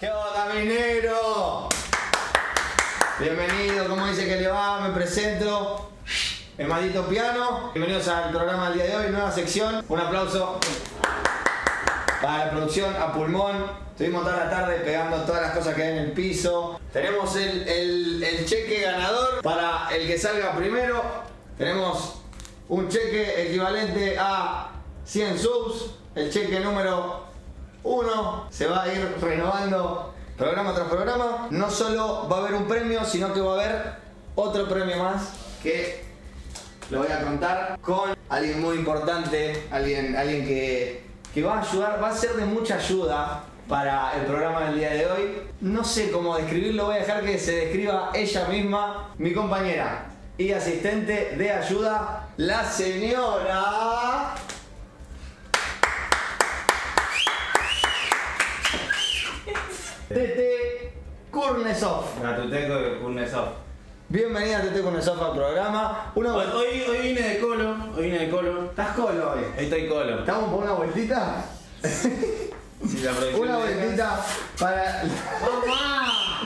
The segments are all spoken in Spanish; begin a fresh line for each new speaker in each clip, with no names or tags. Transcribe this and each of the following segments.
¿Qué onda, minero? Bienvenido, como dice que le va, me presento. Hermanito Piano, bienvenidos al programa del día de hoy, nueva sección. Un aplauso para la producción a pulmón. Estuvimos toda la tarde pegando todas las cosas que hay en el piso. Tenemos el, el- el cheque ganador para el que salga primero. Tenemos un cheque equivalente a 100 subs. El cheque número 1 se va a ir renovando programa tras programa. No solo va a haber un premio, sino que va a haber otro premio más que lo voy a contar con alguien muy importante, alguien, alguien que, que va a ayudar, va a ser de mucha ayuda para el programa del día de hoy. No sé cómo describirlo, voy a dejar que se describa ella misma, mi compañera y asistente de ayuda, la señora... Tete Kurnesov.
Gatuteco y Kurnesov.
Bienvenida Tete Kurnesov al programa. Una
Hoy, hoy, hoy vine de colo, hoy vine de colo.
Estás colo hoy.
Ahí estoy colo.
¿Estamos por una vueltita?
Sí, la producción
Una
me deja.
vueltita para.
¡Mamá!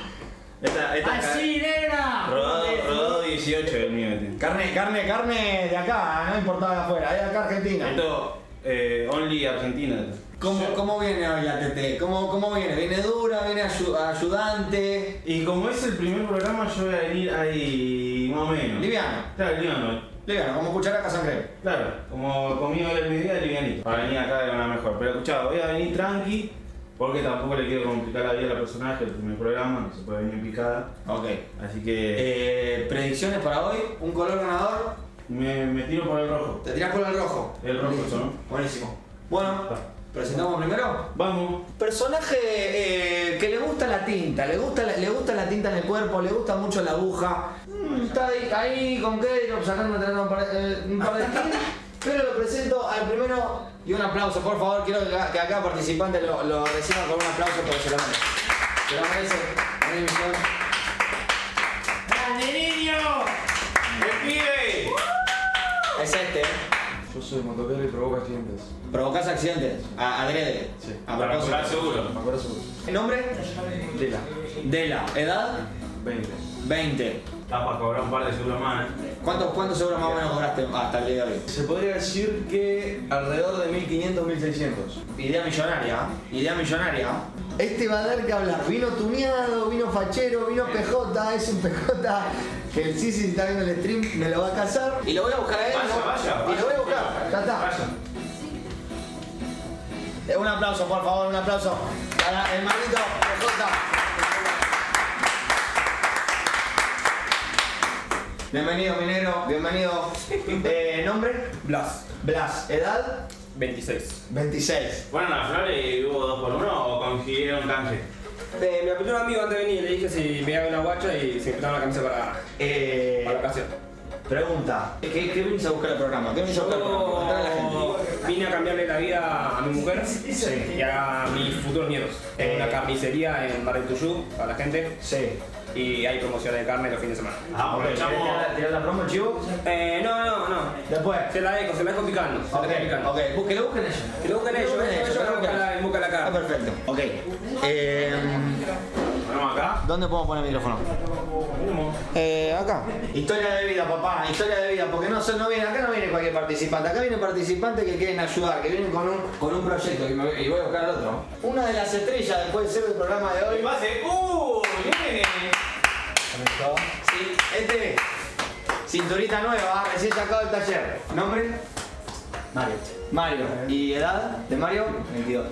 Esta, esta es
¡Así
ca-
era!
Rodó, rodó 18 el mío este.
Carne, carne, carne de acá, ¿eh? no importaba de afuera, de acá Argentina.
Esto, eh, only Argentina.
¿Cómo, cómo viene hoy la TT? ¿Cómo, cómo viene? ¿Viene dura? ¿Viene ayu- ayudante?
Y como es el primer programa, yo voy a venir ahí más o menos.
Liviano.
Claro, liviano.
Liviano, como cucharaca sangre.
Claro, como conmigo era mi día, livianito. Para venir acá de una mejor. Pero escuchá, voy a venir tranqui, porque tampoco le quiero complicar la vida al personaje, el primer programa, no se puede venir picada.
Ok.
Así que
Eh, predicciones para hoy, un color ganador,
me, me tiro por el rojo.
te tirás por el rojo.
El rojo,
Listo.
¿no?
Buenísimo. Bueno, presentamos primero.
Vamos.
Personaje eh, que le gusta la tinta, le gusta la, le gusta la tinta en el cuerpo, le gusta mucho la aguja. Mm, está ahí, ahí con Kedrop sacando tirando un par, de- eh, un par de tiros. Pero lo presento al primero y un aplauso, por favor. Quiero que, acá- que acá participante lo, lo reciba con un aplauso porque se lo merece. Se lo merece. Vení, Misión.
¡Grande niño!
¡El pibe!
Es este. ¿eh?
Yo soy motoquero y provoco accidentes.
Provocás accidentes. A, adrede.
Sí.
A
Para
propósito.
comprar seguro.
Me acuerdo su
¿Nombre?
tela.
Dela. ¿Edad?
20.
20.
Está para cobrar un par de seguros más. ¿eh?
¿Cuántos, cuántos euros más o menos cobraste hasta el día de hoy?
Se podría decir que alrededor de 1500, 1600.
Idea millonaria, idea millonaria. Este va a dar que hablar. Vino tuneado, vino fachero, vino PJ, es un PJ que el Sisi está viendo el stream, me lo va a casar. Y lo voy a buscar a él.
Vaya,
¿no?
vaya,
Y lo voy a buscar, ya está.
Vaya.
Eh, Un aplauso, por favor, un aplauso para el maldito PJ. Bienvenido, minero, bienvenido. Eh, ¿Nombre?
Blas.
Blas. ¿Edad?
26.
26.
Bueno, las flores y hubo dos por uno o consiguieron canje.
Eh, me apretó un amigo antes de venir y le dije si me daba una guacha y se me prestaba la camisa para,
Eh,
para la ocasión.
Pregunta, ¿qué, qué viniste a buscar el programa? ¿Qué viniste a buscar el programa? Preguntale a la gente.
Yo vine a cambiarle la vida a mi mujer y a mis futuros nietos. Tengo
Eh.
una carnicería en Barrio Tuyú para la gente
Sí.
y hay promociones de carne los fines de semana.
Ah, aprovechamos.
¿Tirás la promo, chivo?
Eh, no, no, no.
Después.
Se la dejo, se la dejo picando. Se la
Ok,
dejo picando.
ok. Bus- Que lo busquen ellos.
Que lo busquen ellos, ellos,
que lo
ellos
busquen
buscan la- buscan la cara.
Ah, perfecto. Ok. Eh,
Ponemos acá.
¿Dónde puedo poner el micrófono?
Ponemos.
Eh, acá. Historia de vida, papá, historia de vida, porque no, son- no viene, acá no viene cualquier participante, acá vienen participantes que quieren ayudar, que vienen con un, con un proyecto y, me- y voy a buscar al otro. Una de las estrellas después de ser del programa de hoy.
El pase. ¡Uh! ¡Viene!
Sí, este cinturita nueva, recién sacado del taller. ¿Nombre?
Mario.
Mario. ¿Y edad de Mario?
22.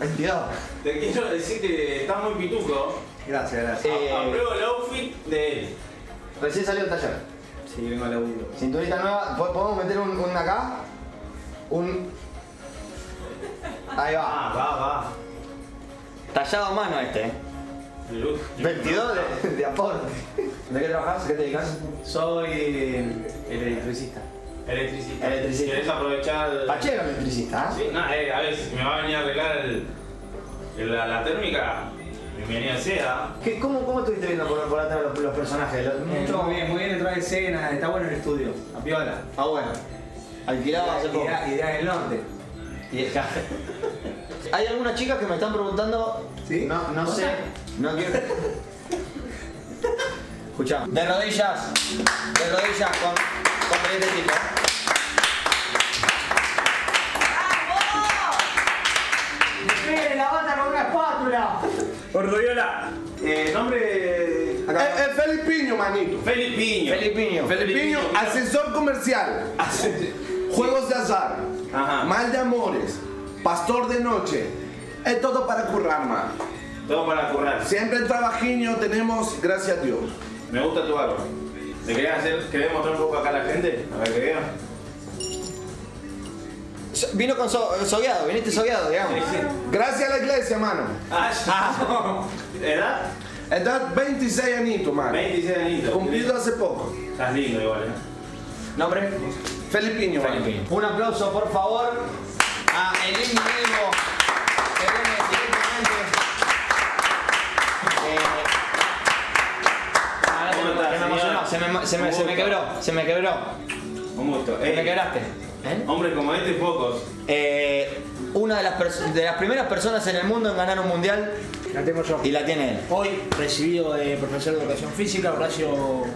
22.
Te quiero decir que estás muy pituco.
Gracias, gracias.
Eh.
A- Apruebo el outfit de él.
Recién salió del taller.
Sí, vengo al laburo.
Cinturita nueva, ¿po- ¿podemos meter un, un acá? Un. Ahí va.
Ah, va, va.
Tallado a mano este, ¿eh?
El look.
22 de, de aporte.
¿De qué trabajas? ¿Qué te dedicas? Soy el electricista.
Electricista. Ah,
Electricista.
¿Querés aprovechar?
Pachero electricista, ¿eh?
Sí, no, eh, a ver, si me va a venir a arreglar el, el- la, la térmica. Bienvenida sea.
¿Qué- cómo, ¿Cómo estuviste viendo por, por atrás los, los personajes? Los- mucho-
bien, muy bien entrar en escena. Está bueno el estudio. A piola.
Ah, bueno. Alquilado hace poco.
del norte.
Y el Hay algunas chicas que me están preguntando.
¿Sí?
No, no sé. No quiero. Escucha. De rodillas. De rodillas con, con este tipo.
Peguen la bata con una espátula.
Ordoviola.
Eh, nombre.
Acá.
Es Felipiño, eh, manito.
Felipiño.
Felipiño.
Felipiño, asesor comercial. Juegos de azar.
Ajá.
Mal de amores. Pastor de noche. Es todo para currar, man.
Todo para currar.
Siempre el trabajiño tenemos, gracias a Dios.
Me gusta tu barba. ¿Le querés hacer, querés mostrar un poco acá a la gente? A ver que vean.
So- Vino con so- sogueado, viniste sogueado, digamos.
Sí, sí.
Gracias a la iglesia, mano.
Ah, ¿Edad?
Edad 26 anitos, mano.
26 añitos.
Cumplido hace poco.
Estás lindo igual, ¿eh?
Nombre.
Felipiño, mano.
Un aplauso, por favor, a el individuo que viene directamente. Eh, ahora se
¿Cómo
me-
estás,
eh, se me emocionó, se me, se me- se me
¿Cómo
quebró, se me quebró,
Un gusto.
se me
Ey,
quebraste. ¿Eh?
Hombres como este, pocos.
Eh, una de las, perso- de las primeras personas en el mundo en ganar un mundial
La tengo yo.
y la tiene él.
Hoy, recibido de profesor de educación física, Horacio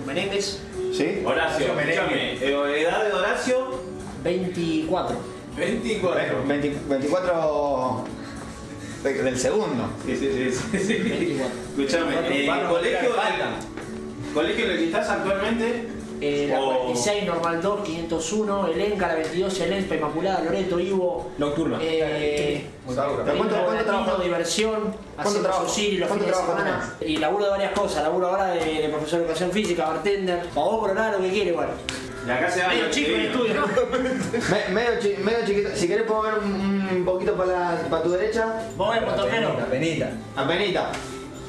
Menéndez,
¿Sí?
Horacio, escúchame. eh, ¿Edad de Horacio?
24.
24.
24 de- del segundo.
Sí, sí, sí. sí.
24.
Escúchame, eh,
Vamos,
el colegio,
falta.
colegio en el que estás actualmente.
Eh, la
Oh.
o-
46, Normal 2, 501, Elenca, la 22, Elenspa, Inmaculada, Loreto, Ivo.
Nocturna.
Eh,
¿Cuánto- cuánto
Latino,
trabajas?
diversión, hacemos
trabajas?
auxilio los
¿Cuánto
fines de
trabajas
semana. Y laburo de varias cosas, laburo ahora de, de profesor de educación física, bartender, o vos por nada lo que quiere igual.
De acá se va
Medio chico en el estudio, ¿no?
Me- medio, chi- medio chiquito. Si querés puedo ver un, un poquito para, la- para tu derecha.
Vos ves, Motornero,
penita.
Apenita.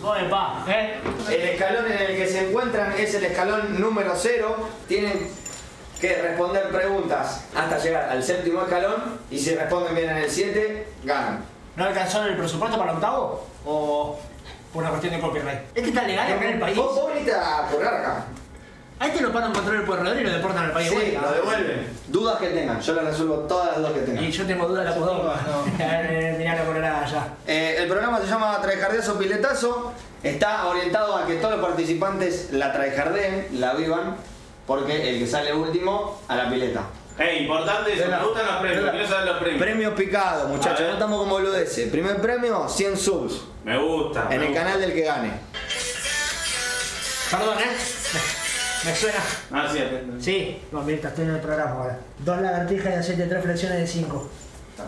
vos ves, pa, ¿eh?
El escalón en el que se encuentran es el escalón número cero. Tienen que responder preguntas hasta llegar al séptimo escalón y si responden bien en el 7, ganan.
¿No alcanzaron el presupuesto para el octavo? ¿O por una cuestión de copyright? Este está legal acá en el país.
Vos, vos venite a correr acá.
A este lo paran por traer el corredor y lo deportan al país.
Sí,
Bueno,
lo
devuelven.
Dudas que tengan, yo les resuelvo todas las dudas que tengan.
Y yo tengo dudas de la podoma. A ver, eh, mirá la colorada allá.
Eh, el programa se llama Traejardeazo Piletazo. Está orientado a que todos los participantes la traejardeen, la vivan, porque el que sale último a la pileta.
Eh, importante eso, me gustan los premios, quiero saber los premios.
Premio picado,
A
muchachos.
ver.
No estamos como lo ese. Primer premio, 100 subs.
Me gusta.
En
me
el
gusta.
canal del que gane.
Perdón, ¿eh? Me suena.
Ah, sí, atento.
Sí. No, mira, estoy en el programa ahora. Dos lagartijas de 7, tres flexiones de 5.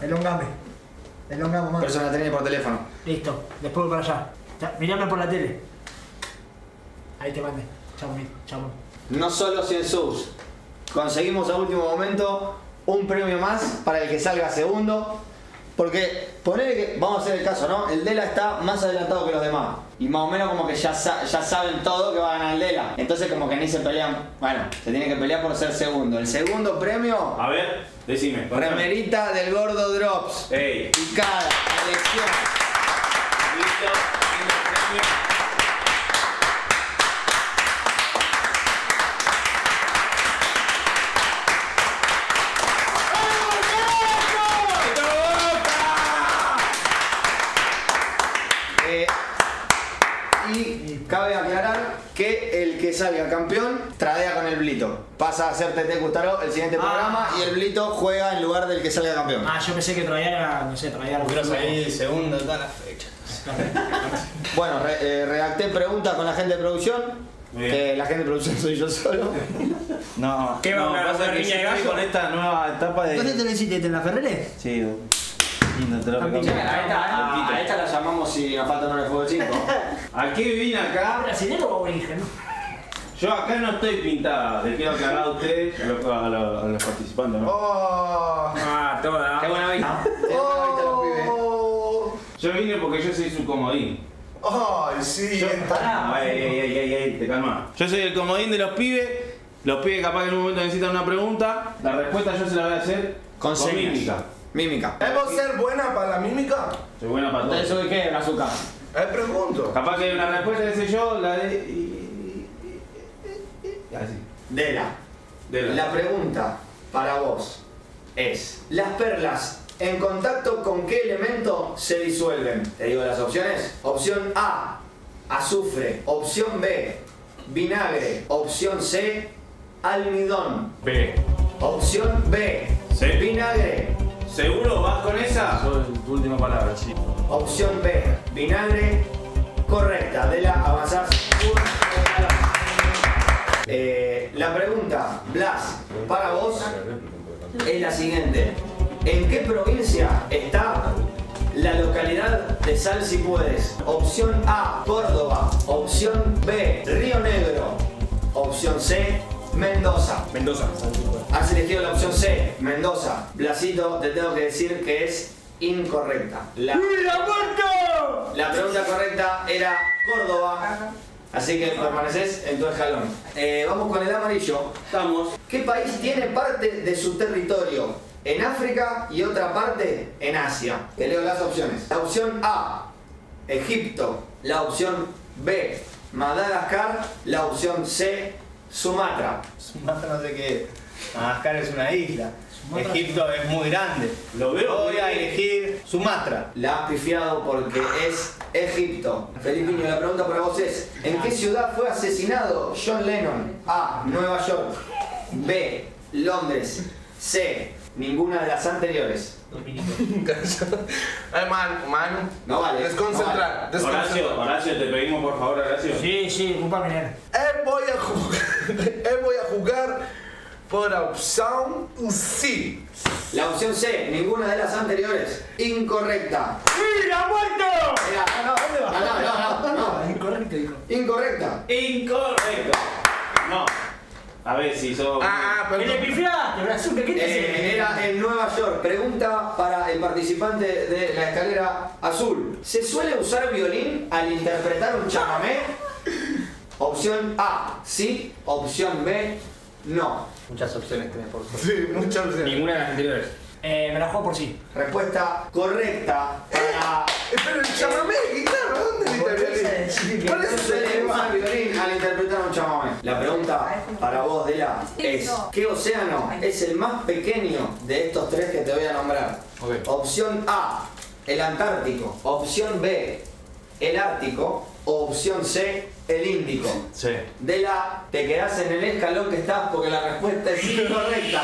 Elongame. Elongamos más.
Persona tenida por teléfono.
Listo. Después voy para allá. Ya, Mirame por la tele. Ahí te mandé. Chau, mi. Chau.
No solo 100 subs. Conseguimos a último momento un premio más para el que salga segundo. Porque ponele que, vamos a hacer el caso, ¿no? El Dela está más adelantado que los demás. Y más o menos como que ya, sa- ya saben todo que va a ganar el Dela. Entonces como que ni se pelean. Bueno, se tiene que pelear por ser segundo. El segundo premio,
A ver, decime. contame.
remerita del Gordo Drops.
Ey, listo,
Picada, elección.
lindo premio.
Eh, y cabe aclarar que el que salga campeón tradea con el Blito. Pasa a ser TT Custaró el siguiente
Ah.
programa y el Blito juega en lugar del que salga campeón.
Ah, yo pensé que traía, no sé, traía algo.
segundo, toda la fecha.
Bueno, re- eh, redacté preguntas con la gente de producción.
Muy bien.
Que la gente de producción soy yo solo.
No.
¿Qué va
No,
a
pasa
ganar
que
niña de
yo estoy
gallo?
con esta nueva etapa
¿Dónde te
de.
lo hiciste? ¿Te en la Ferrere?
Sí, lindo, te lo
Ah,
Ya,
recomiendo.
a, esta,
Ah.
a- a esta la llamamos si nos falta un de fuego 5.
¿A qué vine acá?
¿Brasilero Ah, o aborigen?
Yo acá no estoy pintada, le quiero aclarar a ustedes, a los, a los- a los participantes, ¿no?
¡Oh!
Ah, toda.
¡Qué buena vista! ¡Qué buena vista los pibes.
Yo vine porque yo soy su comodín.
Oh. Ay, sí.
Yo,
esta-
Pará,
Ay, ay, ay, ay, ay, te calma. Yo soy el comodín de los pibes. Los pibes capaz que en un momento necesitan una pregunta. La respuesta yo se la voy a hacer
Con señas.
mímica.
Mímica.
¿Debo ser buena para la mímica?
Soy buena para
¿Ustedes
todos.
soy qué, azúcar?
Es pregunto.
Capaz que una respuesta que sé yo, la de. y- y- Así.
Dela.
De la.
La pregunta para vos es, ¿las perlas ¿En contacto con qué elemento se disuelven? Te digo las opciones. Opción A, azufre. Opción B, vinagre. Opción C, almidón.
B.
Opción B,
Sí.
vinagre.
¿Seguro vas con esa?
Yo, tu última palabra, sí.
Opción B, vinagre. Correcta, de la avanzás. Eh, la pregunta, Blas, para vos es la siguiente. ¿En qué provincia está la localidad de Sal si puedes? Opción A, Córdoba. Opción B, Río Negro. Opción C, Mendoza.
Mendoza.
Has elegido la opción C, Mendoza. Blasito, te tengo que decir que es incorrecta. La, la pregunta correcta era Córdoba. Así que permaneces en tu escalón. Eh, vamos con el amarillo.
Estamos.
¿Qué país tiene parte de su territorio en África y otra parte en Asia? Te leo las opciones. La opción A, Egipto. La opción B, Madagascar. La opción C, Sumatra.
Sumatra no sé qué es. Madagascar es una isla. Egipto es muy grande.
Lo veo.
Voy a elegir Sumatra.
La has pifiado porque es Egipto. Felipe Niño, la pregunta para vos es: ¿En qué ciudad fue asesinado John Lennon? A. Nueva York. B. Londres. C. Ninguna de las anteriores.
Ay, man, mano.
No vale.
Desconcentrar,
Horacio,
desconcentrar.
Horacio, te pedimos por favor, Horacio.
Sí, sí, culpa minera.
Eh, voy a jugar. eh, voy a jugar por opción sí.
La opción C. Ninguna de las anteriores. Incorrecta. ¡Mira, muerto! No, no, no, no.
Incorrecto, dijo.
Incorrecta.
Incorrecto. No. A ver si sos.
Ah, ah,
¡Le
perdón.
pifiaste, Brazuca! ¿Qué te
Eh,
hace?
era en Nueva York. Pregunta para el participante de la escalera azul. ¿Se suele usar violín al interpretar un chamamé? Opción A, sí. Opción B, no.
Muchas opciones tenés por favor.
Sí, muchas veces.
Ninguna de las anteriores.
Eh, me la juego por sí.
Respuesta correcta para...
Eh, Pero el chamamé, guitarra, ¿dónde está el violín? ¿Cuál
¿Se
es el
suele
tema?
usar violín al interpretar un chamamé? La pregunta para vos, Dela, es ¿qué océano es el más pequeño de estos tres que te voy a nombrar?
Ok.
Opción A, el Antártico. Opción B, el Ártico. O opción C, el Índico.
Sí.
Dela, te quedás en el escalón que estás porque la respuesta es incorrecta.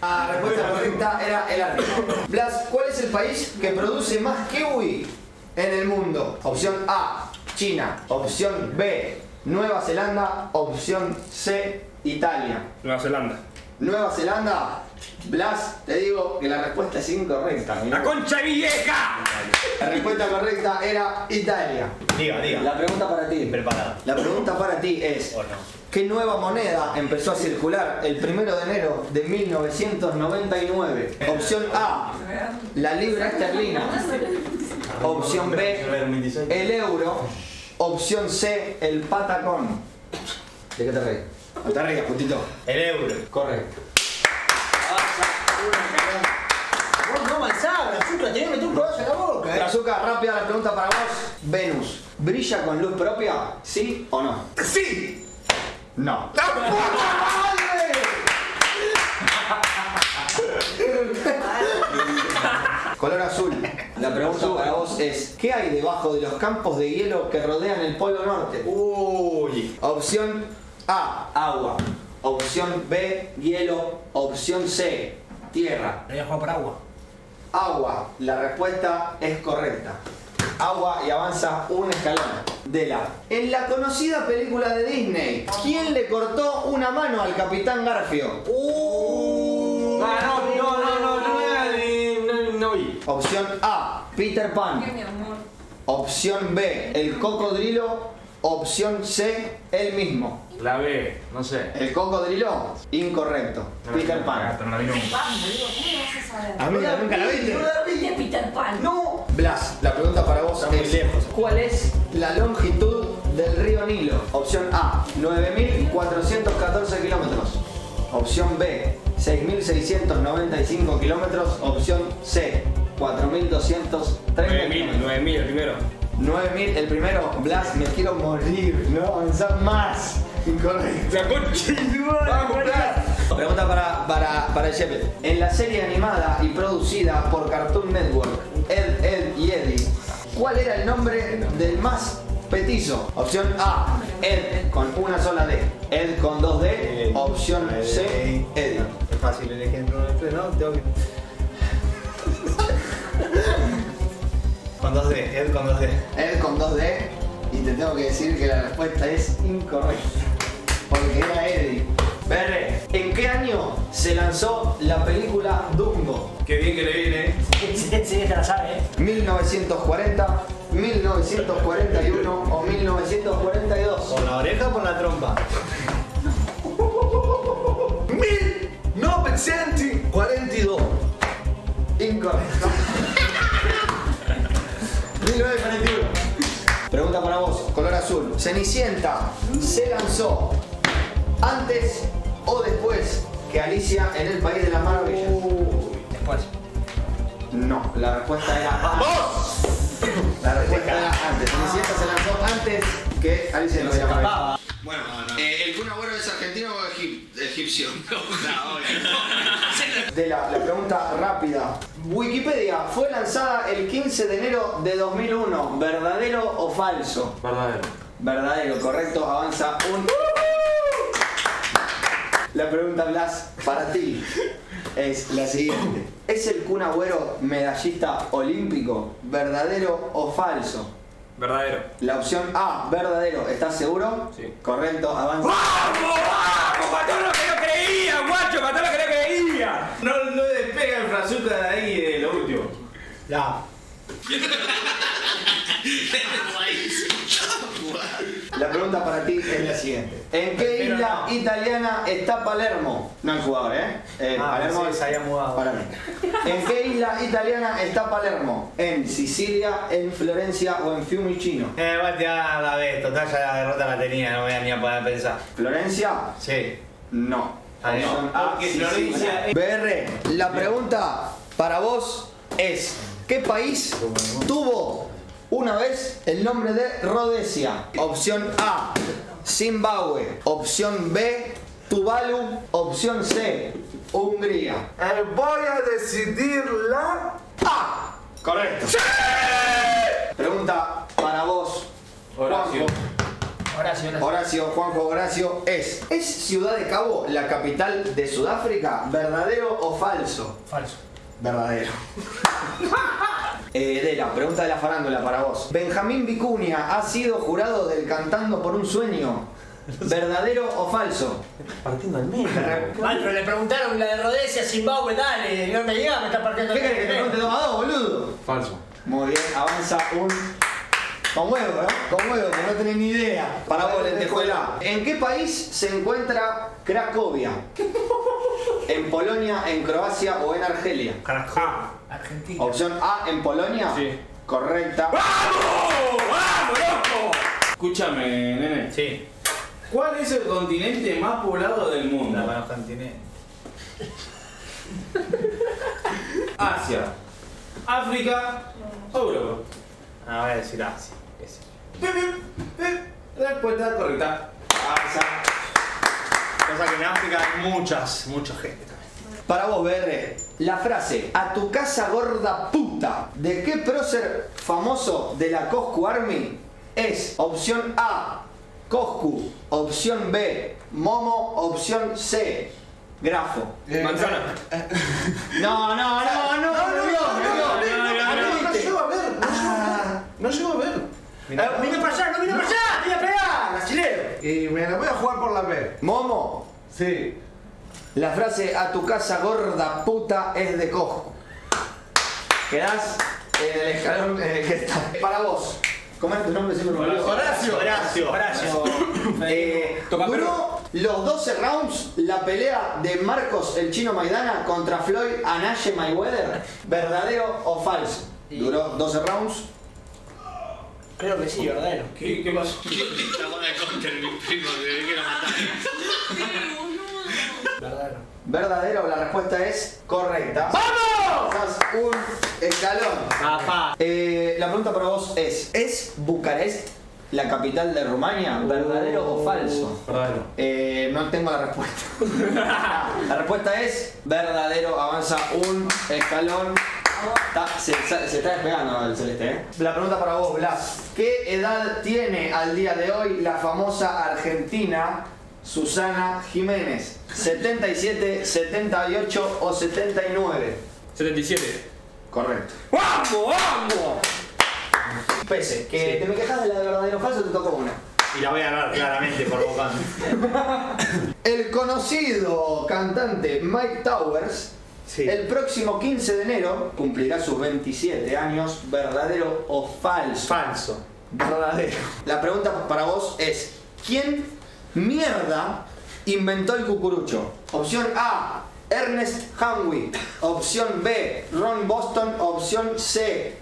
La respuesta correcta era el Ártico. Blas, ¿cuál es el país que produce más kiwi en el mundo? Opción A, China. Opción B, Nueva Zelanda. Opción C, Italia.
Nueva Zelanda.
Nueva Zelanda, Blas, te digo que la respuesta es incorrecta.
¡La concha de mi vieja!
La respuesta correcta era Italia.
Diga, diga.
La pregunta para ti.
Preparado.
La pregunta para ti es,
¿O no?
¿qué nueva moneda empezó a circular el 1 de enero de 1999? Opción A, la libra esterlina. Opción B,
eh,
el euro. Opción C, el patacón. ¿De qué te reís? No te rías, putito.
El euro.
Correcto.
Vos no avanzás, Brazuca, tenés que meter un codazo en la boca, eh.
Brazuca, rápida la pregunta para vos. Venus, ¿brilla con luz propia? ¿Sí o no?
Sí.
No.
¡La puta madre!
Color azul. La pregunta para vos es, ¿qué hay debajo de los campos de hielo que rodean el Polo Norte?
Uy.
Opción A, agua. Opción B, hielo. Opción C, tierra.
Le voy a jugar por agua.
Agua. La respuesta es correcta. Agua y avanza un escalón. De la. En la conocida película de Disney, ¿quién le cortó una mano al Capitán Garfio?
Ah, no, no, no, no, no, no, no, no vi.
Opción A, Peter Pan.
mi amor.
Opción B, el cocodrilo. Opción C, el mismo.
La B, no sé.
El cocodrilo, incorrecto. Peter Pan.
Pero no vino nunca.
Vamos, boludo, ¿cómo lo vas a saber?
A mí nunca la viste.
De Peter Pan.
No. Blas, la pregunta para vos es, ¿cuál es la longitud del río Nilo? Opción A, 9.414 kilómetros. Opción B, 6.695 kilómetros. Opción C, 4.230
9000,
kilómetros.
9000 el primero.
9.000, el primero, Blas, me quiero morir, no avanzar más. Incorrecto.
¡La concha de tu madre!
Vamos, Blas.
Pregunta para, para, para el Shepe. En la serie animada y producida por Cartoon Network, Ed, Ed y Eddie, ¿cuál era el nombre del más petizo? Opción A, Ed con una sola D. Ed con dos D. Opción C, Eddie.
Es fácil el ejemplo, ¿no? Tengo que... Con 2D, Ed con 2D.
Ed con 2D y te tengo que decir que la respuesta es incorrecta. Porque era Eddie. Berre, ¿en qué año se lanzó la película Dumbo?
Qué bien que le viene.
Sí, sí, ya la sabe, ¿eh?
¿1940, 1941 o 1942?
¿Con la oreja o con la trompa?
1942.
Incorrecto. 1941. Pregunta para vos, color azul. Cenicienta se lanzó antes o después que Alicia en el País de las Maravillas.
Después.
No, la respuesta era ¡Vamos! La respuesta era antes. Cenicienta se lanzó antes que Alicia en el País de las Maravillas. Bueno, eh, el Kun Agüero es argentino o egip- egipcio. de la, la pregunta rápida. Wikipedia fue lanzada el 15 de enero de 2001. ¿Verdadero o falso?
Verdadero.
Verdadero, correcto, avanza un. La pregunta, Blas, para ti es la siguiente: ¿Es el Kun Agüero medallista olímpico? ¿Verdadero o falso?
Verdadero.
La opción A, verdadero, ¿estás seguro?
Sí.
Correcto, avanza.
¡Vamos, vamos! ¡Mató lo que no creía, guacho! ¡Mató lo que no creía!
No, no despega el frazuca de ahí
eh,
de lo último.
La.
La pregunta para ti es la siguiente. ¿En qué
Pero
isla
no.
italiana está Palermo? No el jugador, ¿eh? Eh,
Ah,
Palermo
pensé que se había mudado.
Para mí. ¿En qué isla italiana está Palermo? ¿En Sicilia, en Florencia o en Fiumicino?
Eh, va a tirar la vez, total ya la derrota la tenía, no voy a ni a poder pensar.
¿Florencia?
Sí.
No.
Ah, no.
Opción
Porque
Sicilia.
Florencia es-
BR, la pregunta para vos es: ¿Qué país tuvo una vez el nombre de Rhodesia? Opción A, Zimbabue. Opción B, Tuvalu. Opción C, Hungría.
Eh, voy a decidir la.
¡A! Correcto. ¡Ah! Pregunta para vos.
Horacio.
Juanjo.
Horacio, Horacio.
Horacio, Juanjo Horacio es. ¿Es Ciudad de Cabo la capital de Sudáfrica? ¿Verdadero o falso?
Falso.
Verdadero. Eh, Dela, pregunta de la farándula para vos. Benjamín Vicuña ha sido jurado del Cantando por un Sueño. ¿Verdadero o falso?
Partiendo al medio.
Mal, pero le preguntaron la de Rodesia, Zimbabue, dale, no me digas, me está partiendo
¿Qué
el
querés que te
medio.
pregunte dos a dos, boludo?
Falso.
Muy bien, avanza un. Con huevo, ¿no? Con huevo, que no tenés ni idea. Para vos, lentejuela. ¿En qué país se encuentra Cracovia? ¿En Polonia, en Croacia o en Argelia?
Carajá.
Argentina.
Opción A, en Polonia.
Sí.
Correcta.
¡Oh,
¡Vamos! ¡Vamos, loco!
Escúchame, nene.
Sí.
¿Cuál es el continente más poblado del
La
mundo?
conozco tiene.
Asia, África, Europa.
Ah, voy a decir así.
Pip, pip, pip. Respuesta correcta.
Cosa que en África hay muchas, mucha gente también.
Para vos, BR, la frase a tu casa gorda puta, ¿de qué prócer famoso de la Coscu Army es opción A, Coscu, opción B, Momo, opción C, Grafo?
eh,
Manzana.
No, no, no, no,
Ah,
no, no,
No llego a ver, no llego a ver. No llego a ver. Eh,
Ah, vino para allá, no vino para allá, te iba a pegar, brasilero.
Y me la voy a jugar por la B.
Momo,
Sí.
la frase a tu casa gorda puta es de Coscu. Quedás en el escalón en el que estás. Para vos, ¿cómo es tu nombre? Siempre me olvido.
Horacio. Horacio. Horacio.
Eh,
Toca
duró los 12 rounds la pelea de Marcos el Chino Maidana contra Floyd Anaye Mayweather. ¿Verdadero o falso? Duró 12 rounds.
Creo que sí, verdadero.
¿Qué, qué pasó?
Verdadero.
Verdadero, la respuesta es correcta. ¡Vamos! un escalón.
Papá.
Eh, la pregunta para vos es, ¿es Bucarest la capital de Rumania? ¿Verdadero o falso?
Verdadero.
Eh, no tengo la respuesta. la respuesta es verdadero, avanza un escalón. Está- se, se está despegando el celeste, ¿eh? La pregunta para vos, Blas. ¿Qué edad tiene al día de hoy la famosa argentina Susana Jiménez? ¿77, 78 o 79?
77.
Correcto.
¡Vamos, vamos!
Pese, que te me quejas de la de verdadero o falso, te tocó una.
Y la voy a ganar claramente por boca.
El conocido cantante Mike Towers,
Sí.
el próximo 15 de enero cumplirá sus 27 años, verdadero o falso.
Falso.
verdadero. La pregunta para vos es, ¿quién mierda inventó el cucurucho? Opción A, Ernest Hanwi. Opción B, Ron Boston. Opción C,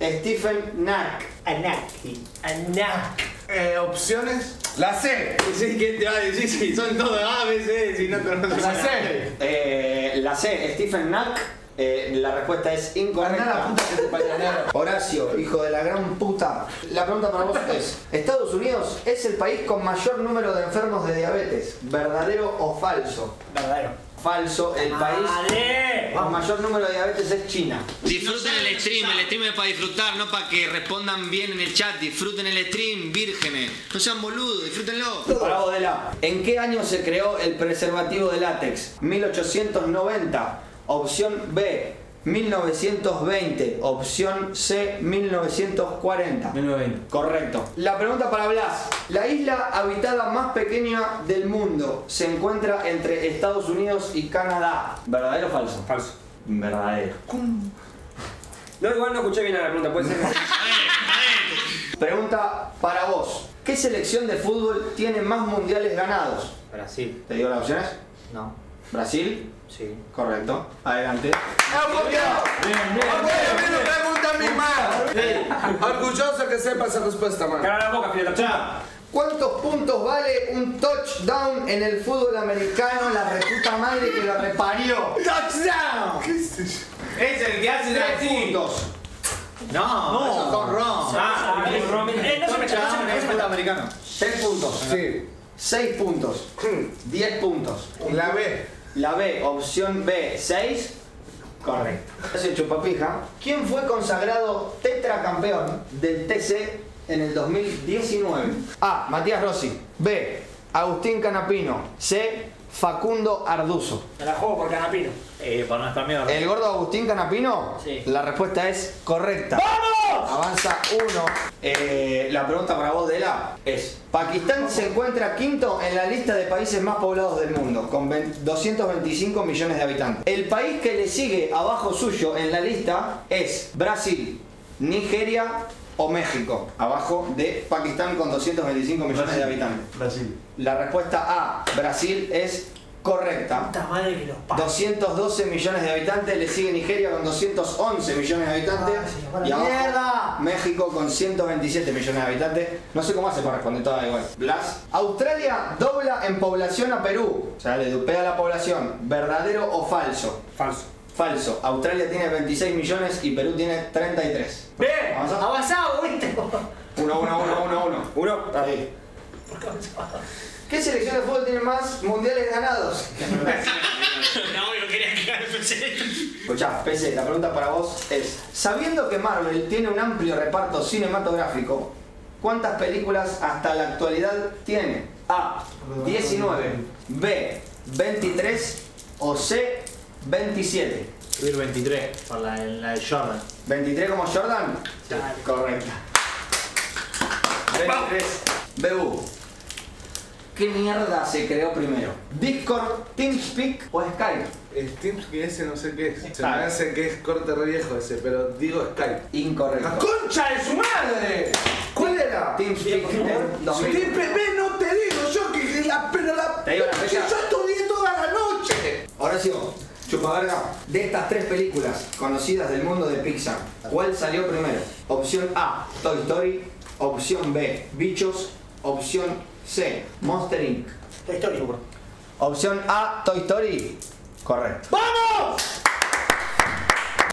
Stephen Knack.
Anaki. Anaki.
Eh, opciones.
La C.
Sí, ¿qué te va a decir si son todos A, B, C, si no conoces
La
a nadie?
C.
Eh, la C, Stephen Knack. Eh, la respuesta es incorrecta.
Andá a la puta que te parió, nada.
Horacio, hijo de la gran puta. La pregunta para vos es, ¿Estados Unidos es el país con mayor número de enfermos de diabetes? ¿Verdadero o falso?
Verdadero.
Falso,
Ah,
el país con mayor número de diabetes es China.
Disfruten el stream, el stream es para disfrutar, no para que respondan bien en el chat. Disfruten el stream, vírgenes. No sean boludos, disfrútenlo.
Para vos, Dela, ¿en qué año se creó el preservativo de látex? 1890. Opción B, 1920. Opción C, 1940.
1920.
Correcto. La pregunta para Blas. La isla habitada más pequeña del mundo se encuentra entre Estados Unidos y Canadá. ¿Verdadero o falso?
Falso.
Verdadero.
No, igual no escuché bien la pregunta, puede ser.
Pregunta para vos. ¿Qué selección de fútbol tiene más mundiales ganados?
Brasil.
¿Te digo las opciones?
No.
Brasil.
Sí.
Correcto. Adelante.
Ah, no pregunta mi madre. Orgulloso que sepa esa respuesta, man.
Cara la boca, Fidel.
¿Cuántos puntos vale un touchdown en el fútbol americano? La reputa madre que lo reparió.
¿Qué es eso?
Es el que hace la
Tres puntos.
No, no. Eso es con Ron.
Ah, Bill Roman. Eh, no se me
Touchdown es fútbol americano.
Seis puntos.
Sí.
6 puntos. 10 puntos.
La B.
La B, opción B, 6. Correcto. Es el chupapija. ¿Quién fue consagrado tetracampeón del TC en el 2019? A. Matías Rossi. B. Agustín Canapino. C. Facundo Arduzo.
Me la juego por canapino.
Eh, para no estar miedo.
¿El gordo Agustín Canapino?
Sí.
La respuesta es correcta. ¡Vamos! Avanza uno. Eh, la pregunta para vos, Dela, es: Pakistán se encuentra quinto en la lista de países más poblados del mundo, con ve- 225 millones de habitantes. El país que le sigue abajo suyo en la lista es Brasil, Nigeria o México, abajo de Pakistán con 225 millones de habitantes.
Brasil.
La respuesta A, Brasil, es correcta.
Puta madre que los paga.
212 millones de habitantes, le sigue Nigeria con 211 millones de habitantes
Ah, sí, para
y abajo
mierda.
México con 127 millones de habitantes. No sé cómo hace para responder todas igual. Blas. Australia dobla en población a Perú. O sea, le dupea la población. ¿Verdadero o falso?
Falso.
Falso. Australia tiene 26 millones y Perú tiene 33.
¡Bien!
Avanza.
¡Avanzado, viste!
1, 1, 1, 1, 1.
Uno.
Ahí.
Ah.
¿Qué selección de fútbol tiene más mundiales ganados?
No, yo quería quedar
Escuchá, PC, la pregunta para vos es, sabiendo que Marvel tiene un amplio reparto cinematográfico, ¿cuántas películas hasta la actualidad tiene? A, 19, B, 23 o C, 27.
Subir 23 por la, en la de Jordan.
¿23 como Jordan? Correcta. 23. BU. ¿Qué mierda se creó primero? ¿Discord, TeamSpeak o Skype?
Steam que ese no sé qué es. Se me hace que es corte re viejo ese, pero digo Skype. ¡La
Incorrecto.
concha de su madre! ¿Cuál era?
TeamSpeak en 2000.
TPP no te digo yo que la, pero la.
Te digo la fecha.
yo estudié toda la noche.
Horacio, chupaverga, de estas tres películas conocidas del mundo de Pixar, ¿cuál salió primero? Opción A, Toy Story. Opción B, Bichos. Opción C, Monster Inc.
Toy Story.
Opción A, Toy Story. Correcto. ¡Vamos!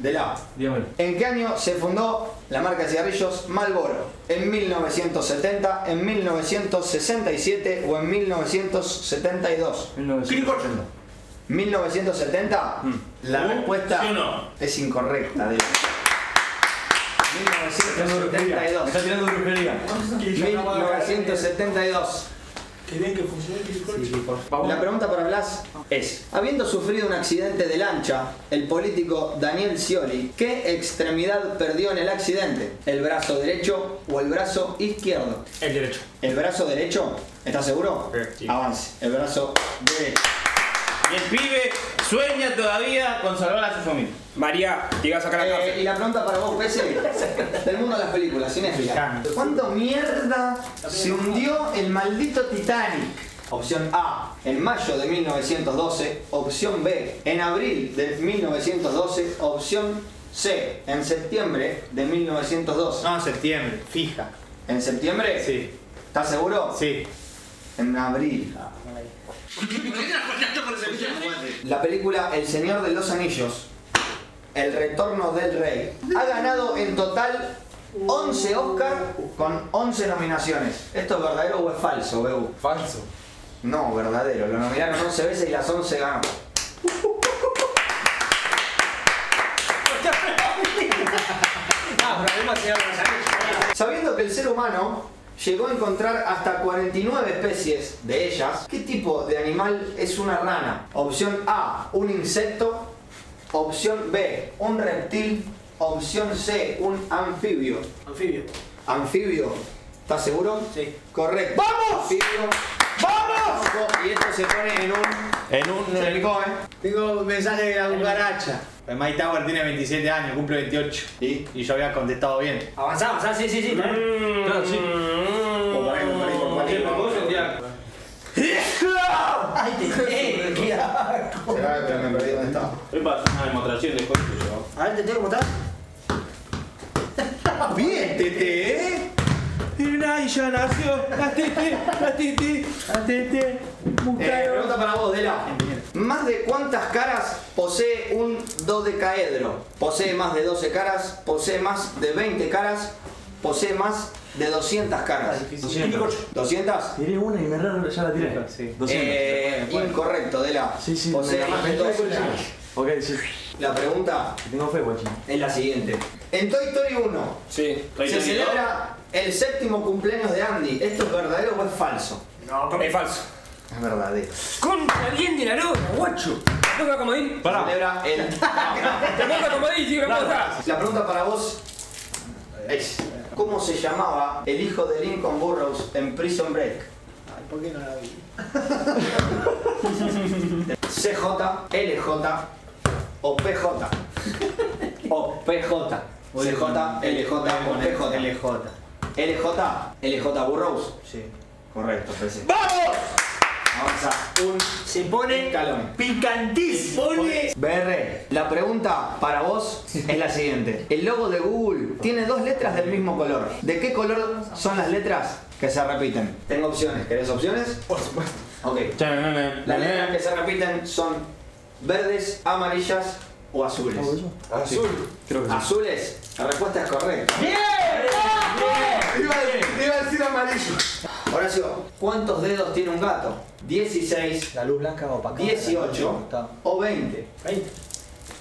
De la.
Dígamelo.
¿En qué año se fundó la marca de cigarrillos Marlboro en 1970, en 1967 o en 1972.
1980.
1970, la
¿Uh?
respuesta
¿Sí o no?
es incorrecta. Diego. 1972.
Me está tirando brujería.
1972.
Qué bien que funciona el bizcocho.
La pregunta para Blas es, habiendo sufrido un accidente de lancha, el político Daniel Scioli, ¿qué extremidad perdió en el accidente? ¿El brazo derecho o el brazo izquierdo?
El derecho.
¿El brazo derecho? ¿Estás seguro?
Sí.
Avance. El brazo derecho.
Y el pibe sueña todavía con salvar a su familia.
María, te iba a sacar la
Eh, y
cárcel.
la pregunta para vos, Pese, del mundo de las películas, cinéfila. ¿Cuánto mierda se hundió el maldito Titanic? Opción A, en mayo de 1912. Opción B, en abril de 1912. Opción C, en septiembre de 1912.
No, septiembre, fija.
¿En septiembre?
Sí,
¿Estás seguro?
sí.
En abril. La película El Señor de los Anillos, El Retorno del Rey, ha ganado en total 11 Oscar con 11 nominaciones. ¿Esto es verdadero o es falso, Bebu?
Falso.
No, verdadero. Lo nominaron 11 veces y las 11 ganó.
Ah,
Sabiendo que el ser humano llegó a encontrar hasta 49 especies de ellas, ¿qué tipo de animal es una rana? Opción A, un insecto. Opción B, un reptil. Opción C, un anfibio.
Anfibio.
Anfibio, ¿estás seguro?
Sí.
Correcto. ¡Vamos! Anfibio. ¡Vamos! Y esto se pone en un.
En un.
Se picó, ¿eh? Pues
Tengo un mensaje de la cucaracha. Mike Tower tiene 27 años, cumple 28.
¿Y?
Y yo había contestado bien.
Avanzá, avanzá, sí, sí, sí.
Claro, sí.
O por ahí, por ahí, por ahí.
Ay, te eh, qué asco.
Será que me perdí dónde estaba.
Hoy pasó una demostración de coche, yo.
A ver, Tete, ¿cómo estás?
Bien, Tete, ¿eh? Nadie ya nació. La Tete, la Tete, la Tete.
Eh, pregunta para vos, Dela. ¿Más de cuántas caras posee un dodecaedro? ¿Posee más de 12 caras? ¿Posee más de 20 caras? ¿Posee más de 200 caras? 200.
Tiré una y me erraron, ya la tiré.
Sí.
200.
Eh, incorrecto, Dela.
Sí, sí,
Posee
me-
más de 12 caras.
Ok, sí.
La pregunta
Tengo fe, guachín.
es la siguiente. En Toy Story 1
Sí.
se celebra el séptimo cumpleaños de Andy. ¿Esto es verdadero o es falso?
Es falso.
Es verdadero.
Contra bien de la lona, guacho. Toca
Se
comodín.
celebra el
Toca comodín, tío, ¿cómo estás?
La pregunta para vos es: ¿Cómo se llamaba el hijo de Lincoln Burroughs en Prison Break?
Ay, ¿por qué no la vi?
¿CJ, LJ o PJ? O PJ. CJ, LJ o PJ. LJ. LJ, LJ Burroughs.
Sí.
Correcto, PC. ¡Vamos! Avanza un
Se pone
escalón.
picantísimo.
BR, la pregunta para vos es la siguiente. El logo de Google tiene dos letras del mismo color. ¿De qué color son las letras que se repiten? Tengo opciones. ¿Querés opciones? Por supuesto. Ok. Las letras que se repiten son verdes, amarillas o azules.
Azul.
Azules. La respuesta es correcta.
Iba, a decir- iba a decir amarillo.
Horacio, ¿cuántos dedos tiene un gato? 16,
La luz blanca o opaca.
18 o 20.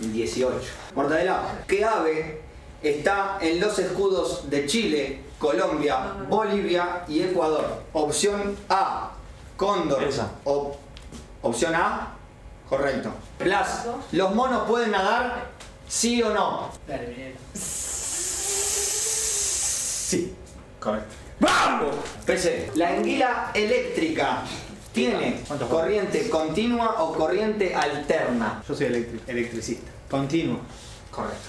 18. Mortadela, ¿qué ave está en los escudos de Chile, Colombia, Bolivia y Ecuador? Opción A, cóndor.
Esa.
O- opción A, correcto. Blas, ¿los monos pueden nadar? ¿Sí o no?
Dale, veneno.
Sí. Correcto. ¡Vamos! PC, la anguila eléctrica tiene corriente continua o corriente alterna.
Yo soy electric- electricista. Continuo.
Correcto.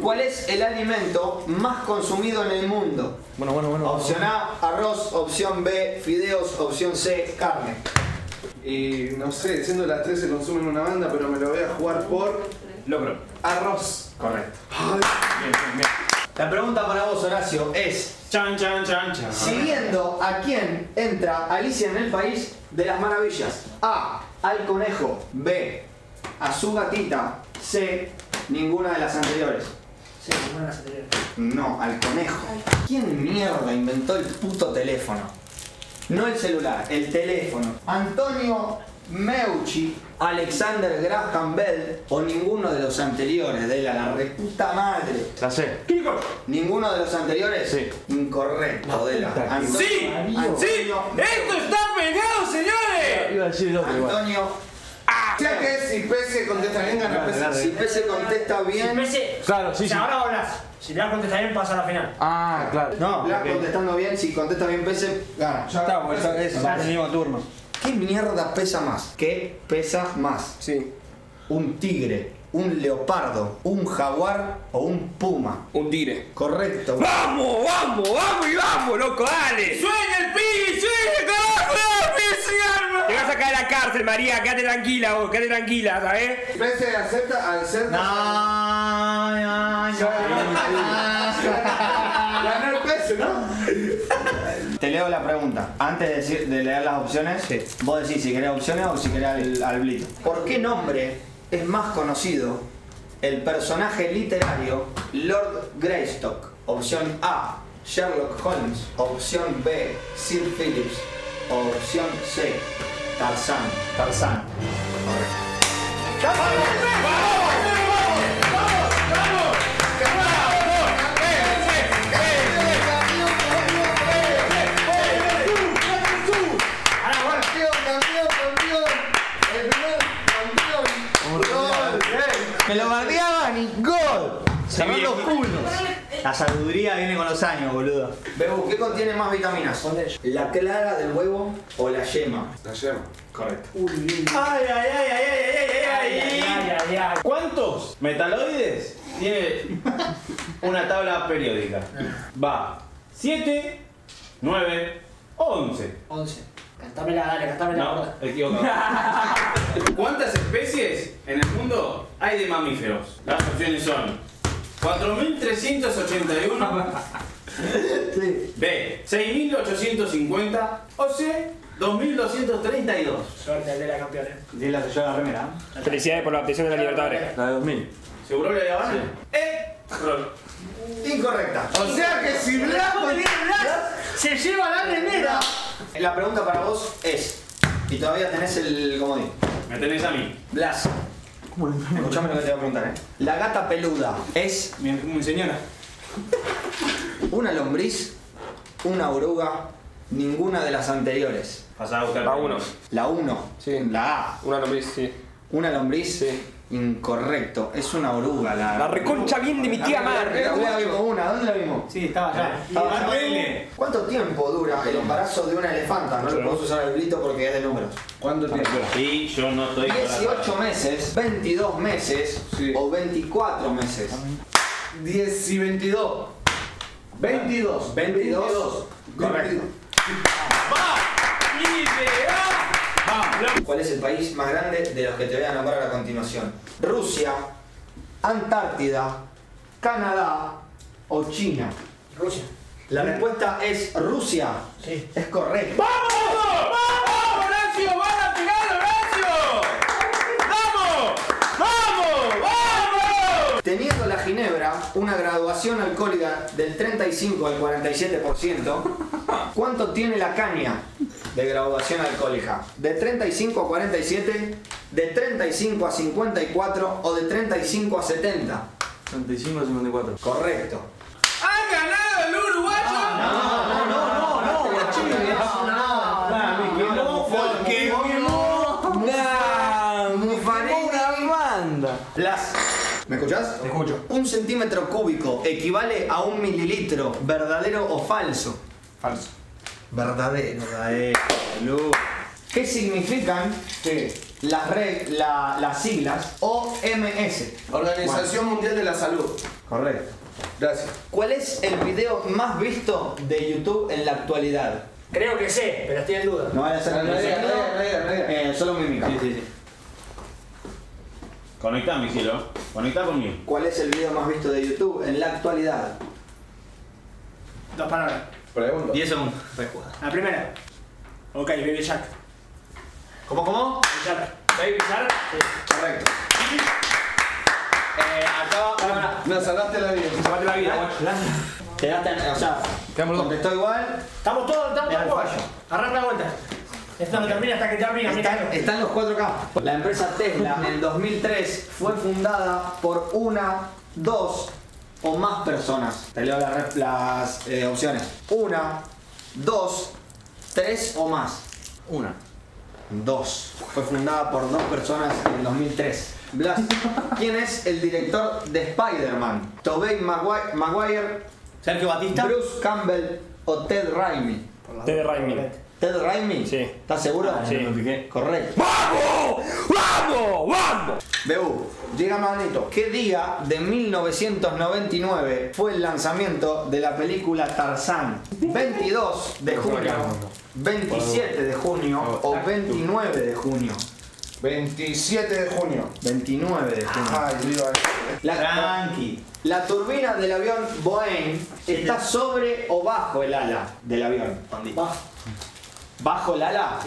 ¿Cuál es el alimento más consumido en el mundo?
Bueno, bueno, bueno.
Opción A, arroz, opción B, fideos, opción C, carne.
Y no sé, siendo las 13 consumen una banda, pero me lo voy a jugar por
Logro.
arroz.
Correcto.
Ay,
Bien, bien, bien.
La pregunta para vos, Horacio, es,
Chan, chan, chan, chan.
siguiendo a quién entra Alicia en el País de las Maravillas. A, al conejo, B, a su gatita, C, ninguna de las anteriores.
Sí, no las anteriores.
No, al conejo. ¿Quién mierda inventó el puto teléfono? No el celular, el teléfono. Antonio Meucci, Alexander Graham Bell o ninguno de los anteriores de la, la reputa madre.
La sé.
¿Ninguno de los anteriores?
Sí.
Incorrecto, de la. Antonio,
¡Sí!
Antonio-
¡Sí!
eh.
¡Esto está pegado, señores!
Iba a decir el otro igual.
Antonio,
Ya que si Pese contesta bien, gana Pese.
si Pese contesta bien.
Messi,
Claro, sí,
si
sí.
ahora hablas, si le das contesta bien, pasa a la final.
Ah, claro.
No, Blas contestando bien, si contesta bien Pese, gana.
Ya está, porque está- es el mismo turno.
¿Qué mierda pesa más? ¿Qué pesa más?
Sí.
¿Un tigre, un leopardo, un jaguar o un puma?
Un tigre.
Correcto.
¡Vamos, vamos, vamos y vamos, loco, dale!
¡Sueña el pibe! ¡Sueña, carajo! ¡Pisiarma! Te vas a caer a la cárcel, María. Quédate tranquila vos, quédate tranquila, ¿sabes?
Pese acepta, acepta. Ganó el Pese, ¿no?
Te leo la pregunta. Antes de, decir, de leer las opciones, vos decís si querés opciones o si querés al, al blito. ¿Por qué nombre es más conocido el personaje literario Lord Greystock? Opción A, Sherlock Holmes. Opción B, Sir Phillips. Opción C, Tarzán. Tarzán.
Me lo bardeaban y gol. Cerrar los culos. La sabiduría viene con los años, boludo.
Bebu, ¿qué contiene más vitaminas? ¿La clara del huevo o la yema?
La llevo.
Correcto.
Ay, ay, ay, ay, ay, ay, ay, ay.
Ay, ay, ay, ay.
¿Cuántos metaloides tiene una tabla periódica? Va 7, 9, 11.
11. Cantámela, dale, cantámela.
No,
gorda.
equivocado. ¿Cuántas especies en el mundo hay de mamíferos? Las opciones son 4.381, B, 6.850 o C, 2.232.
Suerte al de la campeona.
Dile que yo la remera.
Felicidades por la obtención de la Libertadores.
La de 2000.
¿Seguro que la van? ¡Eh!
Incorrecta.
O sea que si
Se lleva la remera.
La pregunta para vos es, y todavía tenés el comodín.
me tenés a mí.
Blas, escuchame lo que te voy a preguntar, eh. La gata peluda es
Mi, mi señora.
una lombriz, una oruga, ninguna de las anteriores.
Pasá a buscar.
Va uno.
La 1,
Sí.
la A,
Una lombriz, sí.
una lombriz,
Sí.
incorrecto, es una oruga la.
La reconcha bien de mi tía madre.
¿Dónde la vimos? Una, ¿dónde la vimos?
Sí, estaba allá.
Estaba allá.
Pele.
Ah. ¿Cuánto tiempo dura el embarazo de una elefanta? No le podés usar el grito porque es de números.
¿Cuánto tiempo?
Sí, yo no estoy.
18 meses, 22 meses
Sí.
o 24 meses.
10 y 22. 22.
22. Correcto. ¿Cuál es el país más grande de los que te voy a nombrar a continuación? Rusia, Antártida, Canadá o China.
Rusia.
La respuesta es Rusia.
Sí.
Es correcto.
¡Vamos, Horacio! ¡Van a pegar, Horacio! ¡Vamos! ¡Vamos! ¡Vamos!
Teniendo la ginebra una graduación alcohólica del 35 al 47%, ¿cuánto tiene la caña de graduación alcohólica? ¿De 35 a 47? ¿De 35 a 54 o de 35 a 70?
35 54.
Correcto.
¡Ha ganado el uruguayo!
No, no, no, no, no, porque
¡Nah!
Muffarini.
¡Una banda!
Las. ¿Me escuchás? Te escucho. Un centímetro cúbico equivale a un mililitro, ¿verdadero o falso? Falso. Verdadero, verdadero. Lu. ¿Qué significan las, reg- la- las siglas OMS?
Organización Mundial de la Salud.
Correcto.
Gracias.
¿Cuál es el video más visto de YouTube en la actualidad?
Creo que sé, pero estoy en duda.
No van a ser
No digas, no digas, no digas, no digas.
Eh, solo mímica.
Conectá, mi cielo. Conectá conmigo.
¿Cuál es el video más visto de YouTube en la actualidad?
Dos palabras.
Pregunta.
10 segundos. Recuerda.
La primera. Ok, Baby Shark.
¿Cómo, cómo?
Baby Shark. Baby Shark.
Correcto.
Eh, acá, pará,
Me salvaste la vida.
pará. Salvate la vida, guacho. Te daste, o sea,
Contestó igual.
Estamos todos, estamos
Era el
todos.
fallo.
Arranca la vuelta. Esta no termina hasta que termina, mira.
Están los 4K.
La empresa Tesla en el 2003
Fue fundada por una, dos o más personas. Te leo la re- las eh, opciones. Una, dos, tres o más.
Una.
Dos. Fue fundada por dos personas en el 2003. Blas, ¿quién es el director de Spider-Man? Tobey Magui- Maguire,
Sergio Batista.
Bruce Campbell o Ted Raimi.
Ted Raimi.
¿Ted Raimi?
Sí.
¿Estás seguro?
Sí.
Correcto.
¡Vamos! ¡Vamos! ¡Vamos!
Bebu, llega Magneto. ¿Qué día de 1999 fue el lanzamiento de la película Tarzán? ¿22 de junio, 27 de junio o 29 de junio?
27 de junio.
29 de junio.
Ay, viva.
Ah.
La,
Tranqui.
la turbina del avión Boeing está sobre o bajo el ala del avión. Ba- ¿Bajo el ala?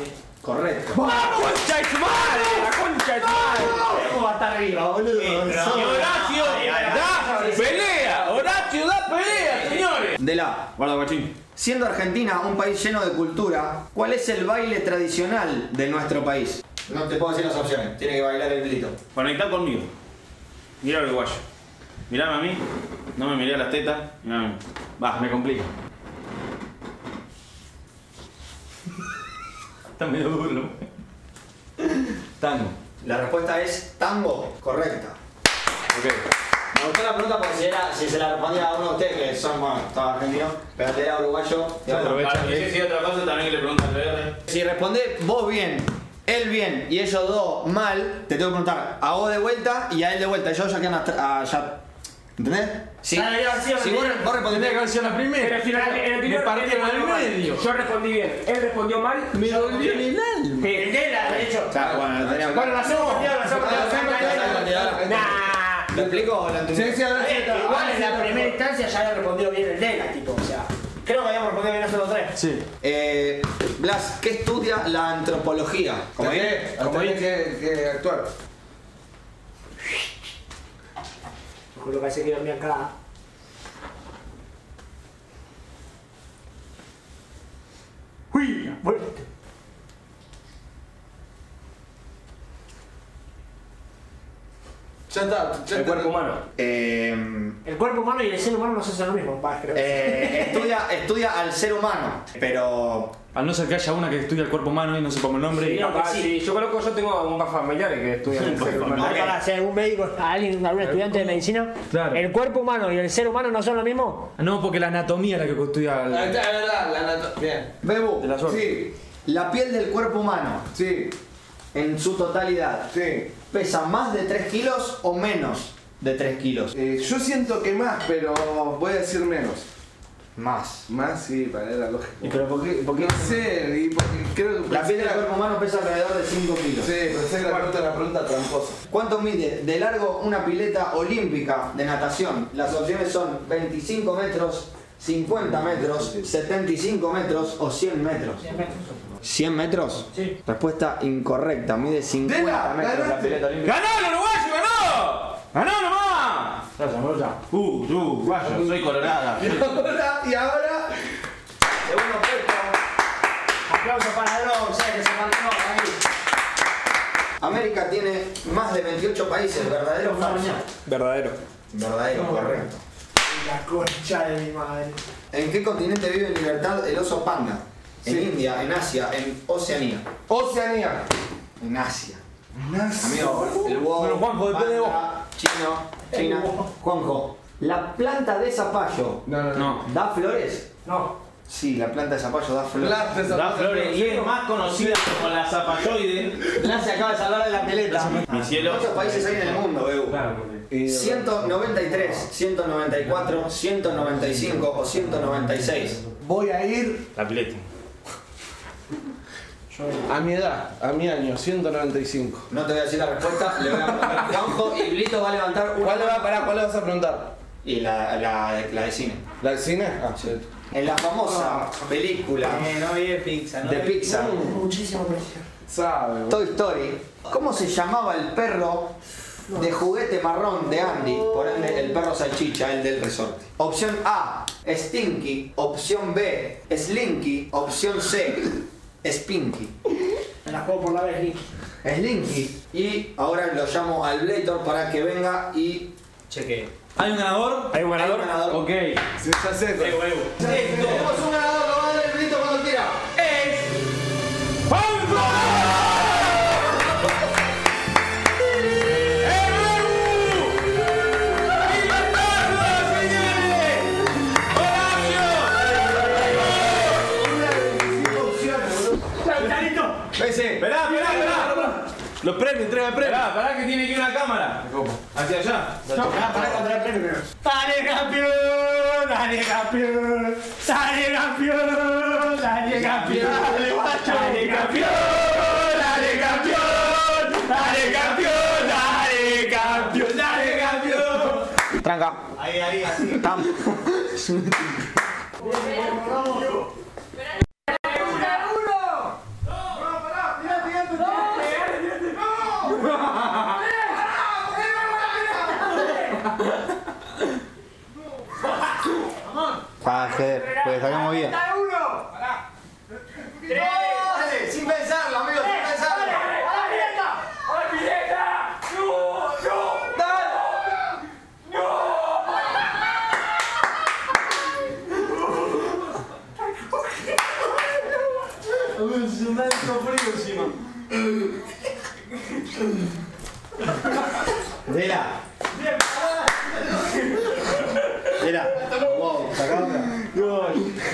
Correcto.
¡La concha de su madre! ¡La concha de su madre!
¿Cómo va a estar arriba, Ah, boludo?
Y Horacio, da pelea! ¡Horacio, da pelea, señores!
De la
Guarda, guachín.
Siendo Argentina un país lleno de cultura, ¿cuál es el baile tradicional de nuestro país? No te puedo decir las opciones, tiene que bailar el grito.
Conectá conmigo. Mira al uruguayo. Mirame a mí. No me miré a las tetas. Mirame a mí. Va, me complica.
Está medio duro. Tango.
La respuesta es tango, correcta.
Me gustó la pregunta porque si, era, si se la respondía a uno de ustedes, que son, bueno, todos argentinos, pero te era uruguayo. te
Para
otro.
que si decía Ah, otra cosa, también le preguntan al verde.
Si respondés vos bien, él bien y ellos dos mal, te tengo que preguntar a vos de vuelta y a él de vuelta. Ellos ya quedan hasta- ah, ya- ¿Entendés? Sí.
Dale, dale, sí,
Si
dale.
vos, re- vos respondés
Tendría que haber sido la
Pero
primera.
al final, en el
Me
primero, él
partieron
respondió
al
mal.
medio.
Yo respondí bien, él respondió mal,
Me
yo respondí
dolió en
bien.
el alma.
Sí.
Eh, El de la, de hecho.
Ya, bueno, lo teníamos que-
Bueno, lo hacemos, tío, lo hacemos.
Ah,
tío,
ya, ya, ya, ya, ya.
Nah.
¿Lo explico o lo entendés?
Sí, sí, ahora sí.
Eh, Igual en la primera instancia ya había respondido bien el de la, tipo, o sea. Creo que habíamos respondido bien nosotros tres.
Sí.
Eh, Blas, ¿qué estudia la antropología?
Como dije,
Como
tenés que, que actuar.
Lo que parece que dormí acá. ¡Uy! Vuelta.
Ya está. Ya
El
está.
cuerpo humano.
Eh,
El cuerpo humano y el ser humano no se hacen lo mismo, papá, creo.
eh, estudia, estudia al ser humano, pero
Al no ser que haya una que estudia el cuerpo humano y no sepamos el nombre.
Sí,
y-
capaz, sí. Yo conozco, yo tengo algunos familiares que estudian el ser humano.
Ahora, Para ser un médico, a alguien, algún estudiante de medicina,
Claro.
el cuerpo humano y el ser humano no son lo mismo.
Ah, No, porque la anatomía es la que estudia.
Ahí
el-
está, es verdad, la anato- Bien.
Bebu,
De la suerte.
Sí,
la piel del cuerpo humano
sí,
en su totalidad
sí.
pesa más de 3 kilos o menos de 3 kilos.
Eh, yo siento que más, pero voy a decir menos.
Más.
Más, sí, para la lógica.
¿Y pero por qué? ¿Por qué?
No sé, y porque creo que.
La piel del cuerpo humano pesa alrededor de 5 kilos.
Sí, pensé que la pregunta era una pregunta tramposa.
¿Cuánto mide de largo una pileta olímpica de natación? Las opciones son 25 metros, 50 metros, 75 metros o 100 metros. 100 metros.
Sí.
Respuesta incorrecta, mide 50
Dela,
metros la
ganaste.
pileta olímpica.
¡Ganó el uruguayo, ganó! ¡Ganó nomás! Gracias, Rosa. Uh, yo, uruguayo, soy colorada.
Y ahora, y ahora.
Segundo puesto.
Aplauso para Drox, eh, que se mandó ahí.
América tiene más de 28 países, verdadero o falso.
Verdadero.
Verdadero, correcto.
La concha de mi madre.
¿En qué continente vive en libertad el oso panda? En India, en Asia, en Oceanía.
Oceanía.
En Asia.
Nazi.
Amigo, el huevo.
Bueno, Juanjo, depende de
panda, Chino, China. Juanjo, ¿la planta de zapallo
No, no, no.
No.
da flores?
No.
Sí, la planta de zapallo da flores.
Las de
Da
zapatos.
flores y es más conocida como la zapalloide.
La se acaba de salvar de la peleta.
Mi cielo.
¿Cuántos países hay en el mundo, Bebu?
Claro, porque-
Eh,
193, 194, 195 o 196.
Voy a ir
La pileta.
a mi edad, a mi año, 195.
No te voy a decir la respuesta, le voy a preguntar a Juanjo y Blito va a levantar una.
¿Cuál le, va, pará, ¿Cuál le vas a preguntar?
Y la, la, de- la de cine.
¿La del cine? Ah, sí.
En la famosa película
Ah, Eh, no vive pizza,
de Pixar,
Uh,
Muchísimo precio.
Sabe,
Toy Story, ¿cómo se llamaba el perro de juguete marrón de Andy, por ende el perro salchicha, el del resorte. Opción A, Stinky. Opción B, Slinky. Opción C, Spinky.
Me la juego por la vez, Nick.
Slinky. Y ahora lo llamo al Blator para que venga y chequee.
¿Hay un ganador?
¿Hay un ganador?
Ok.
Se ya sé.
Listo. Tenemos un ganador, lo va a dar el grito cuando quiera. Ese.
Esperá, esperá, esperá.
Los premios, entrega de premios.
Pará, pará que tiene que ir una cámara. Hacia allá.
¡Dale campeón! ¡Dale campeón! ¡Dale campeón! ¡Dale campeón! ¡Dale campeón! ¡Dale campeón! ¡Dale campeón! ¡Dale campeón! ¡Dale campeón!
Tranca.
Ahí, ahí, así.
Tam. Ah, joder, pues habíamos movido.
Dale, sin pensarlo, amigo, sin pensarlo.
Mira. Mira. Wow, sacá otra.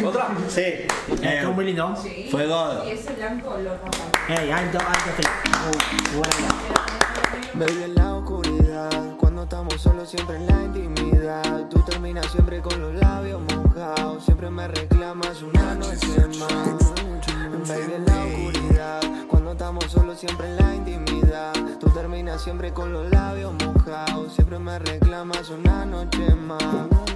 ¿Otra?
Sí.
Estuvo muy lindo.
Fue God.
eh, Y ese blanco lo rompo.
Ey, alto, alto, Felipe. Muy, muy buena.
Baby en la oscuridad, cuando estamos solos siempre en la intimidad. Tú terminas siempre con los labios mojados, siempre me reclamas una noche más. Baby en la oscuridad, cuando estamos solos siempre en la intimidad. Tú terminas siempre con los labios mojados, siempre me reclamas una noche más.